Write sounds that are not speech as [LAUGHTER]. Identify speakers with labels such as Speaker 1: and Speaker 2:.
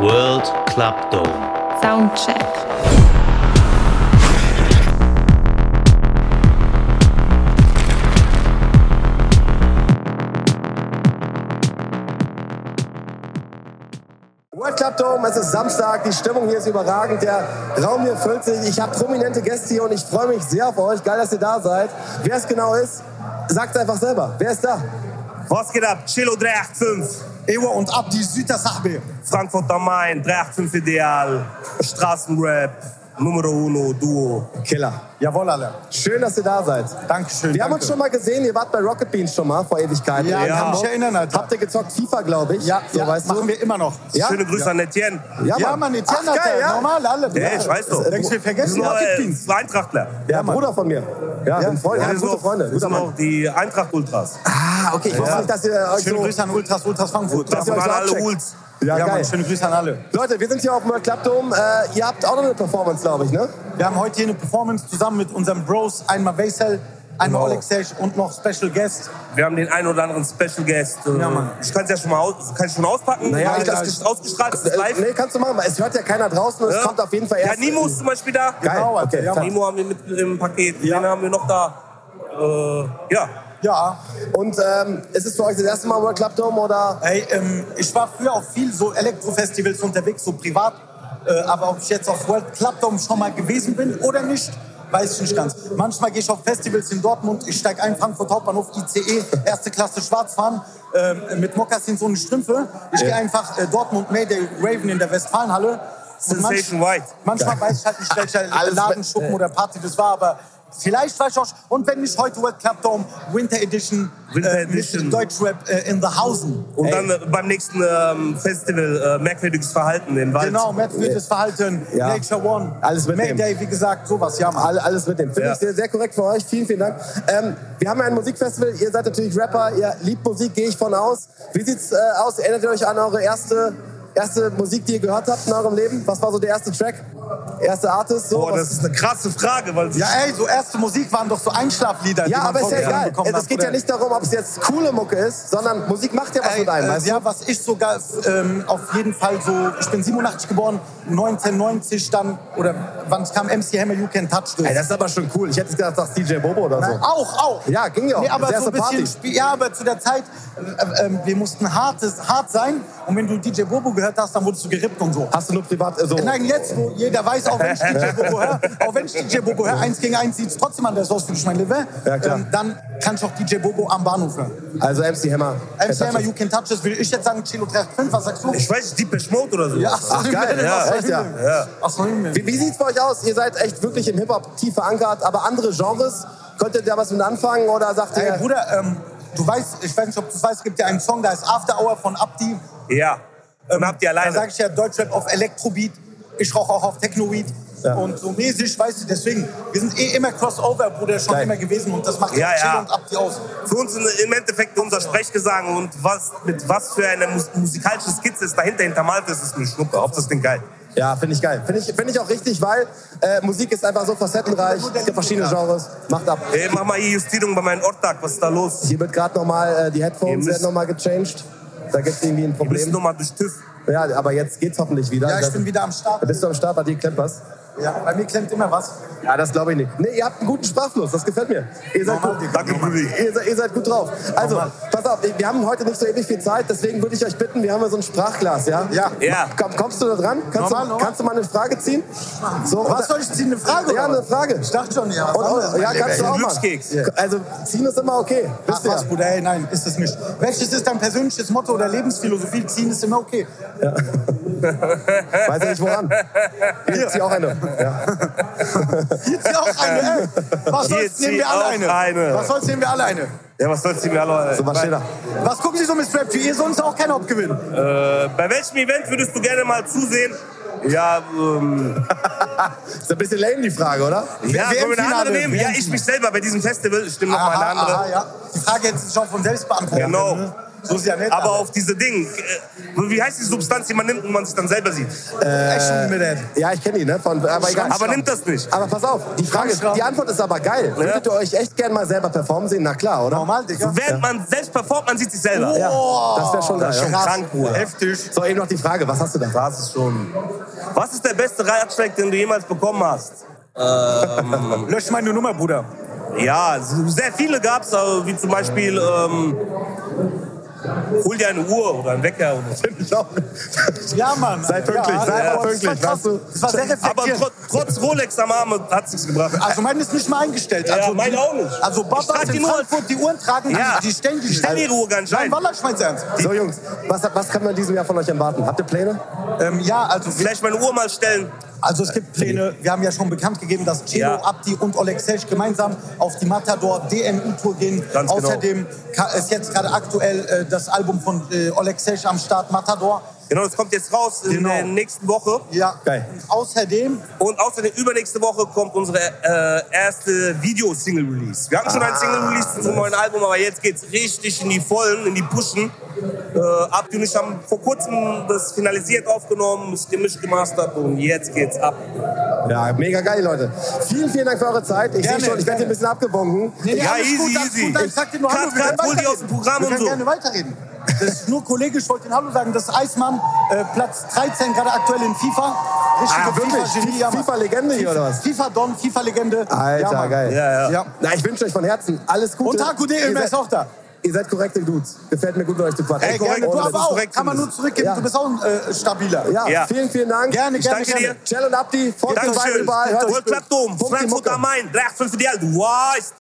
Speaker 1: World Club Dome.
Speaker 2: Soundcheck.
Speaker 3: World Club Dome, es ist Samstag, die Stimmung hier ist überragend, der Raum hier füllt sich. Ich habe prominente Gäste hier und ich freue mich sehr auf euch. Geil, dass ihr da seid. Wer es genau ist, sagt einfach selber. Wer ist da?
Speaker 4: Was geht ab? Chilo 385.
Speaker 3: Ewa und Abdi Südasahbe.
Speaker 4: Frankfurt am Main, 385 Ideal. Straßenrap, Numero Uno, Duo.
Speaker 3: Killer. Jawohl, alle. Schön, dass ihr da seid.
Speaker 5: Dankeschön.
Speaker 3: Wir haben uns schon mal gesehen, ihr wart bei Rocket Beans schon mal vor Ewigkeiten.
Speaker 5: Ja,
Speaker 4: Ja.
Speaker 5: kann mich erinnern, Alter.
Speaker 3: Habt ihr gezockt FIFA, glaube ich?
Speaker 5: ja,
Speaker 3: so
Speaker 5: ja,
Speaker 3: weißt
Speaker 5: machen
Speaker 3: du.
Speaker 5: wir immer noch.
Speaker 3: Ja?
Speaker 4: Schöne Grüße an Etienne.
Speaker 3: Ja,
Speaker 5: Ja,
Speaker 3: Mann.
Speaker 5: Mann, jetzt Jan,
Speaker 3: Ach,
Speaker 5: Alter.
Speaker 3: geil, ja.
Speaker 5: Normal, alle.
Speaker 4: Ja, ich weiß doch.
Speaker 5: Denkst du,
Speaker 4: Das
Speaker 5: vergessen?
Speaker 4: sind
Speaker 5: Ja,
Speaker 4: auch
Speaker 5: Rocket
Speaker 4: äh,
Speaker 5: Beans.
Speaker 4: das sind Eintrachtler.
Speaker 3: Der Bruder von mir. Ja, ein Freund, ja,
Speaker 4: wir sind
Speaker 3: gute
Speaker 4: auch-
Speaker 3: Freunde.
Speaker 4: Wir
Speaker 3: Guter
Speaker 4: sind
Speaker 3: Mann.
Speaker 4: auch die Eintracht-Ultras.
Speaker 5: Ah, okay. Ich
Speaker 3: Ich
Speaker 5: ja.
Speaker 3: hoffe
Speaker 5: nicht,
Speaker 3: nicht,
Speaker 5: dass also
Speaker 3: dass ihr euch
Speaker 5: Schöne
Speaker 3: so
Speaker 5: Grüße an Ultras, Ultras Frankfurt.
Speaker 4: Das
Speaker 3: ihr euch
Speaker 4: waren
Speaker 3: so
Speaker 4: alle
Speaker 3: abcheckt.
Speaker 4: Uls.
Speaker 3: Ja,
Speaker 5: also Ja,
Speaker 3: geil.
Speaker 5: Mann, schöne Grüße an alle.
Speaker 3: Leute, wir sind hier auf dem World Club Dome. Äh, ihr habt auch noch eine Performance, glaube ich, ne?
Speaker 5: Wir haben heute hier eine Performance zusammen mit unseren Bros. Einmal Veysel, einmal
Speaker 4: Wow.
Speaker 5: Alexej und noch Special Guest.
Speaker 4: Wir haben den einen oder anderen Special Guest. äh,
Speaker 5: Ja, Mann.
Speaker 4: Ich kann es ja schon mal aus, kann ich schon auspacken.
Speaker 3: Naja,
Speaker 4: Hab ich
Speaker 3: ich-
Speaker 4: das ges- ausgestrahlt? Ist das
Speaker 3: Äh,
Speaker 4: live?
Speaker 3: nee, kannst du machen, weil es hört ja keiner draußen und
Speaker 4: Ja.
Speaker 3: es kommt auf jeden Fall erst. äh,
Speaker 4: Ja, Nimo ist zum Beispiel da.
Speaker 3: Geil,
Speaker 5: Genau, Alter.
Speaker 3: okay.
Speaker 5: Ja,
Speaker 3: fuck.
Speaker 4: Nimo haben wir mit im Paket.
Speaker 5: Ja.
Speaker 4: Den haben wir noch da. Äh, ja.
Speaker 5: Ja,
Speaker 3: Und ähm, ist es für euch das erste Mal World Club Dome oder?
Speaker 5: Ey, ähm, ich war früher auf viel so Elektrofestivals unterwegs, so privat. Äh, aber ob ich jetzt auf World Club Dome schon mal gewesen bin oder nicht, weiß ich nicht ganz. Manchmal gehe ich auf Festivals in Dortmund, ich steige ein, Frankfurt Hauptbahnhof, ICE, erste Klasse Schwarzfahren, ähm, mit Mokassins ohne Strümpfe. Ich gehe einfach äh, Dortmund Mayday Raven in der Westfalenhalle. Und
Speaker 4: Sensation White.
Speaker 5: Manchmal weiß ich halt nicht, welcher
Speaker 3: [LAUGHS] Alles-
Speaker 5: Laden, Schuppen oder Party das war, aber vielleicht war ich auch. Und wenn nicht heute World Club Dome, Winter Edition,
Speaker 4: Winter
Speaker 5: äh, mit
Speaker 4: Edition.
Speaker 5: Deutschrap äh, in the Hausen.
Speaker 4: Und dann äh, beim nächsten ähm, Festival äh, merkwürdiges Verhalten im Wald.
Speaker 5: Genau, merkwürdiges Verhalten,
Speaker 3: halt. Ja.
Speaker 5: Nature One,
Speaker 3: Alles mit
Speaker 5: Mayday, wie gesagt, sowas, ja, Mann.
Speaker 3: Alle, alles mit dem. Finde
Speaker 4: Ja.
Speaker 3: ich sehr, sehr korrekt von euch. Vielen, vielen Dank. Ähm, wir haben ja ein Musikfestival. Ihr seid natürlich Rapper. Ihr liebt Musik, gehe ich von aus. Wie sieht's äh, aus? Erinnert ihr euch an eure erste, erste Musik, die ihr gehört habt in eurem Leben? Was war so der erste Track? Erste Artist? So?
Speaker 5: Oh,
Speaker 4: Boah,
Speaker 3: Was-
Speaker 4: das ist eine krasse Frage, weil
Speaker 5: Ja, ey, so erste Musik waren doch so Einschlaflieder, die
Speaker 3: Ja,
Speaker 5: man
Speaker 3: aber ist ja
Speaker 5: vorgeschlagen
Speaker 3: egal.
Speaker 5: bekommen
Speaker 3: Es
Speaker 5: hat,
Speaker 3: geht ja
Speaker 5: oder?
Speaker 3: nicht darum, ob es jetzt coole Mucke ist, sondern Musik macht ja was
Speaker 5: Ey,
Speaker 3: mit einem.
Speaker 5: äh,
Speaker 3: weißt du?
Speaker 5: ja, was ich sogar ähm, auf jeden Fall so, ich bin 87 geboren, 1990 dann, oder wann es kam, MC Hammer, You Can Touch This.
Speaker 3: Ey, das ist aber schon cool. Ich hätte gedacht, das ist DJ Bobo oder so.
Speaker 5: Auch, auch.
Speaker 3: Also, Ja, ging ja auch.
Speaker 5: Nee, aber
Speaker 3: Das
Speaker 5: so
Speaker 3: erste
Speaker 5: ein bisschen
Speaker 3: Party.
Speaker 5: Spiel, ja, aber zu der Zeit, äh, äh, wir mussten hartes, hart sein. Und wenn du DJ Bobo gehört hast, dann wurdest du gerippt und so.
Speaker 3: Hast du nur privat äh, so?
Speaker 5: Nein, jetzt, wo jeder weiß, auch wenn ich DJ
Speaker 3: [LAUGHS]
Speaker 5: Bobo höre, auch wenn ich DJ Bobo höre, eins gegen eins sieht es trotzdem anders aus, wie ich mein Level.
Speaker 3: Ja, klar.
Speaker 5: dann kann ich auch DJ Bobo am Bahnhof hören.
Speaker 3: Also MC Hammer.
Speaker 5: MC Hammer, You Can Touch It, will ich jetzt sagen, Chilo 35, was sagst du?
Speaker 4: ich weiß nicht, Deepesh Mode oder so.
Speaker 5: ja, ach,
Speaker 3: Ach, geil, ja. Echt, ja.
Speaker 5: ja. Ach, so, Himmel.
Speaker 3: Wie, wie sieht's bei euch aus? Ihr seid echt wirklich im Hip-Hop tief verankert, aber andere Genres, könntet ihr da was mit anfangen oder sagt ihr...
Speaker 5: Ey, Bruder, ähm, du weißt, ich weiß nicht, ob du es weißt, es gibt ja einen Song, da ist After Hour von Abdi.
Speaker 4: ja. Und habt ihr
Speaker 5: Da sage
Speaker 4: alleine.
Speaker 5: ich ja Deutschrap auf Elektrobeat, ich rauche auch auf Technoweed. Und so mäßig, weißt du, deswegen, wir sind eh immer Crossover, Bruder, schon
Speaker 3: Geil.
Speaker 5: immer gewesen und das macht
Speaker 4: Ja,
Speaker 5: Chilo
Speaker 4: ja.
Speaker 5: und Abdi aus.
Speaker 4: Für uns in- im Endeffekt unser Sprechgesang und was, mit was für eine mus musikalische Skizze ist dahinter hintermalt ist, ist eine Schnuppe. Auf das Ding geil.
Speaker 3: Ja, finde ich geil. Finde ich, finde ich auch richtig, weil äh, Musik ist einfach so facettenreich. Es gibt verschiedene Genres. Macht ab.
Speaker 4: Ey, mach mal hier Justierung bei meinem Ortag. Was ist da los?
Speaker 3: Hier wird gerade nochmal äh, die
Speaker 4: Ihr
Speaker 3: Headphones
Speaker 4: müsst-
Speaker 3: werden nochmal gechanged. Da gibt's irgendwie ein
Speaker 4: Wir müssen
Speaker 3: Problem.
Speaker 4: nochmal durch TÜV.
Speaker 3: Ja, aber jetzt geht's hoffentlich wieder.
Speaker 5: Ja, ich
Speaker 3: Das-
Speaker 5: bin wieder am Start.
Speaker 3: Da bist du am Start, bei dir klemmt was.
Speaker 5: Ja, bei mir klemmt immer was.
Speaker 3: Ja, das glaube ich nicht. Nee, ihr habt einen guten Sprachfluss, das gefällt mir. Ihr seid,
Speaker 5: Normal,
Speaker 3: gut,
Speaker 5: Digga,
Speaker 3: danke, Brudi. ihr seid, ihr seid gut drauf. Also,
Speaker 5: Normal.
Speaker 3: pass auf, wir haben heute nicht so ewig viel Zeit, deswegen würde ich euch bitten, wir haben ja so ein Sprachglas, ja?
Speaker 5: Ja.
Speaker 4: Ja.
Speaker 3: Komm, kommst du da dran? Kannst,
Speaker 5: Normal,
Speaker 3: du,
Speaker 5: normal.
Speaker 3: kannst du mal eine Frage ziehen? So,
Speaker 5: Was
Speaker 3: oder-
Speaker 5: soll ich ziehen? Eine Frage?
Speaker 3: Ja,
Speaker 5: oder
Speaker 3: eine
Speaker 5: was?
Speaker 3: Frage.
Speaker 5: Ich dachte schon, ja. Was
Speaker 3: Und,
Speaker 5: anderes,
Speaker 3: und,
Speaker 5: mein
Speaker 3: ja,
Speaker 5: Lieber.
Speaker 3: kannst du
Speaker 4: Ein
Speaker 3: auch
Speaker 4: Glückskeks. Ah,
Speaker 3: machen. Also, ziehen ist immer okay.
Speaker 5: Ach
Speaker 3: Wisst ihr?
Speaker 5: was, Bruder, ey, nein, ist es nicht. Welches ist dein persönliches Motto oder Lebensphilosophie? Ziehen ist immer okay.
Speaker 3: Weiß ja nicht
Speaker 4: [LAUGHS]
Speaker 3: woran. Hier zieh auch eine. Ja.
Speaker 5: Hier zieh auch eine, ey. Was
Speaker 4: Hier
Speaker 5: soll's, nehmen
Speaker 4: zieh
Speaker 5: wir alle
Speaker 4: auch
Speaker 5: eine.
Speaker 4: eine.
Speaker 5: Was soll's, nehmen wir alle eine.
Speaker 4: Ja, was soll's ihm alle?
Speaker 3: So, was steht da?
Speaker 5: Was gucken Sie so mit Strap 4? Ihr sollt uns auch keinen Haupt gewinnen.
Speaker 4: Äh, bei welchem Event würdest du gerne mal zusehen? Ja, ähm,
Speaker 3: Ist ein bisschen lame, die Frage, oder?
Speaker 4: ja,
Speaker 5: WM-Finale,
Speaker 4: wollen wir eine andere nehmen? Ja, ich
Speaker 5: WM-Finale.
Speaker 4: mich selber bei diesem Festival. Ich nehme nochmal eine
Speaker 5: Aha,
Speaker 4: andere.
Speaker 5: aha, ja. Die Frage hätte sich auch von selbst beantwortet.
Speaker 4: Genau.
Speaker 5: ne? So ist ja nett.
Speaker 4: Aber auf diese Ding, äh, wie heißt die Substanz, die man nimmt und man sich dann selber sieht?
Speaker 5: Action mit der.
Speaker 3: Ja, ich kenne die, ne? Von, aber egal.
Speaker 4: Aber nimmt das nicht.
Speaker 3: Aber pass auf, die Frage ist, die Antwort ist aber geil. Würdet ihr euch echt gern mal selber performen sehen? Na klar, oder?
Speaker 5: Normal, Digga.
Speaker 4: Während man selbst performt, man sieht sich selber.
Speaker 3: Ja, das wäre schon geil.
Speaker 4: schon
Speaker 3: ja.
Speaker 4: krank, Bruder.
Speaker 5: Heftig.
Speaker 3: So, eben noch die Frage, was hast du da?
Speaker 4: Das ist schon. Was ist der beste Ratschlag, den du jemals bekommen hast?
Speaker 5: Ähm.
Speaker 4: [LAUGHS]
Speaker 5: Lösch meine Nummer, Bruder.
Speaker 4: Ja, so- sehr viele gab es, wie zum Beispiel, ähm, hol dir eine Uhr oder einen Wecker. Oder
Speaker 5: [LAUGHS]
Speaker 4: so.
Speaker 5: Ja, Mann.
Speaker 3: Sei pünktlich,
Speaker 5: ja,
Speaker 3: sei
Speaker 5: ja.
Speaker 3: auch pünktlich,
Speaker 5: Das war,
Speaker 3: weißt du?
Speaker 5: krass. das war sehr
Speaker 4: ne? Aber
Speaker 5: reflektiert.
Speaker 4: tro trotz Rolex am Arm hat es nichts gebracht.
Speaker 5: also meine ist nicht mal eingestellt.
Speaker 4: Ja,
Speaker 5: Also
Speaker 4: meine
Speaker 5: die-
Speaker 4: auch nicht.
Speaker 5: Also
Speaker 4: Ich
Speaker 5: Babas
Speaker 4: trag die
Speaker 5: in
Speaker 4: nur als-
Speaker 5: Frankfurt, die Uhren tragen,
Speaker 4: Ja.
Speaker 5: die, die stellen die
Speaker 4: Die stellen die Uhr gar nicht
Speaker 5: Nein,
Speaker 4: ein.
Speaker 5: Wallah, ich mein's ernst.
Speaker 3: So, Jungs, was, was kann man in diesem Jahr von euch erwarten? Habt ihr Pläne?
Speaker 5: Ähm, ja, also, wir,
Speaker 4: Vielleicht meine Uhr mal stellen.
Speaker 5: also es gibt Pläne. Wir haben ja schon bekannt gegeben, dass Celo,
Speaker 4: Ja.
Speaker 5: Abdi und Oleg Selch gemeinsam auf die Matador DMU-Tour gehen.
Speaker 4: Ganz genau.
Speaker 5: Außerdem ka- ist jetzt gerade aktuell äh, das Album von äh, Oleg Selch am Start, Matador.
Speaker 4: Genau, das kommt jetzt raus in
Speaker 5: Genau.
Speaker 4: der nächsten Woche.
Speaker 5: Ja.
Speaker 3: Geil.
Speaker 5: Und außerdem
Speaker 4: Und außerdem übernächste Woche kommt unsere äh, erste Video-Single-Release. Wir hatten schon ein Single-Release zu unserem neuen Album, aber jetzt geht's richtig in die Vollen, in die Pushen. Äh, Abdi und ich haben vor kurzem das finalisiert aufgenommen, es gemischt gemastert und jetzt geht's ab.
Speaker 3: Ja, mega geil, Leute. Vielen, vielen Dank für eure Zeit. Ich sehe
Speaker 5: Gerne,
Speaker 3: schon, ich werde hier ein bisschen abgewunken.
Speaker 5: Nee, nee,
Speaker 4: Ja,
Speaker 5: alles
Speaker 4: easy,
Speaker 5: gut, alles
Speaker 4: easy.
Speaker 5: Gut. Nein, Ich sag dir nur
Speaker 4: Cut,
Speaker 5: Hallo, wir
Speaker 4: cut,
Speaker 5: können
Speaker 4: hol die
Speaker 5: weiterreden.
Speaker 4: aus dem Programm
Speaker 5: wir
Speaker 4: und so.
Speaker 5: können gerne weiterreden. Das ist nur kollegisch, ich wollte den Hallo sagen. Das ist Eismann, äh, Platz 13, gerade aktuell in FIFA. Richtige
Speaker 3: Ah, wirklich?
Speaker 5: FIFA-Genie, ja, Mann.
Speaker 3: FIFA-Legende hier, oder was?
Speaker 5: FIFA-Don, FIFA-Legende.
Speaker 3: Alter,
Speaker 5: Ja, Mann.
Speaker 3: geil.
Speaker 4: Ja, ja.
Speaker 3: Na, ich wünsche euch von Herzen alles Gute.
Speaker 5: Und Taku DM,
Speaker 3: Ihr
Speaker 5: der
Speaker 3: seid-
Speaker 5: ist auch da.
Speaker 3: Ihr seid korrekte Dudes. Gefällt mir gut, mit euch zu quatschen.
Speaker 5: Ey,
Speaker 3: Ohne
Speaker 5: gerne, du
Speaker 3: Witz.
Speaker 5: aber auch.
Speaker 4: korrekt
Speaker 5: Kann man nur
Speaker 4: zumindest.
Speaker 5: zurückgeben,
Speaker 3: Ja.
Speaker 5: du bist auch ein äh, stabiler.
Speaker 3: Ja,
Speaker 4: Ja.
Speaker 3: vielen, vielen Dank.
Speaker 5: Gerne,
Speaker 4: Ich
Speaker 5: gerne,
Speaker 4: danke
Speaker 5: gerne.
Speaker 4: dir.
Speaker 3: Cell und Abdi, folgt uns beiden
Speaker 4: Dankeschön.
Speaker 3: überall. Hört euch-
Speaker 4: World Club Dom,
Speaker 3: Pumpt die
Speaker 4: Frankfurt
Speaker 3: Mucke.
Speaker 4: am Main, 350 Dial, du weißt.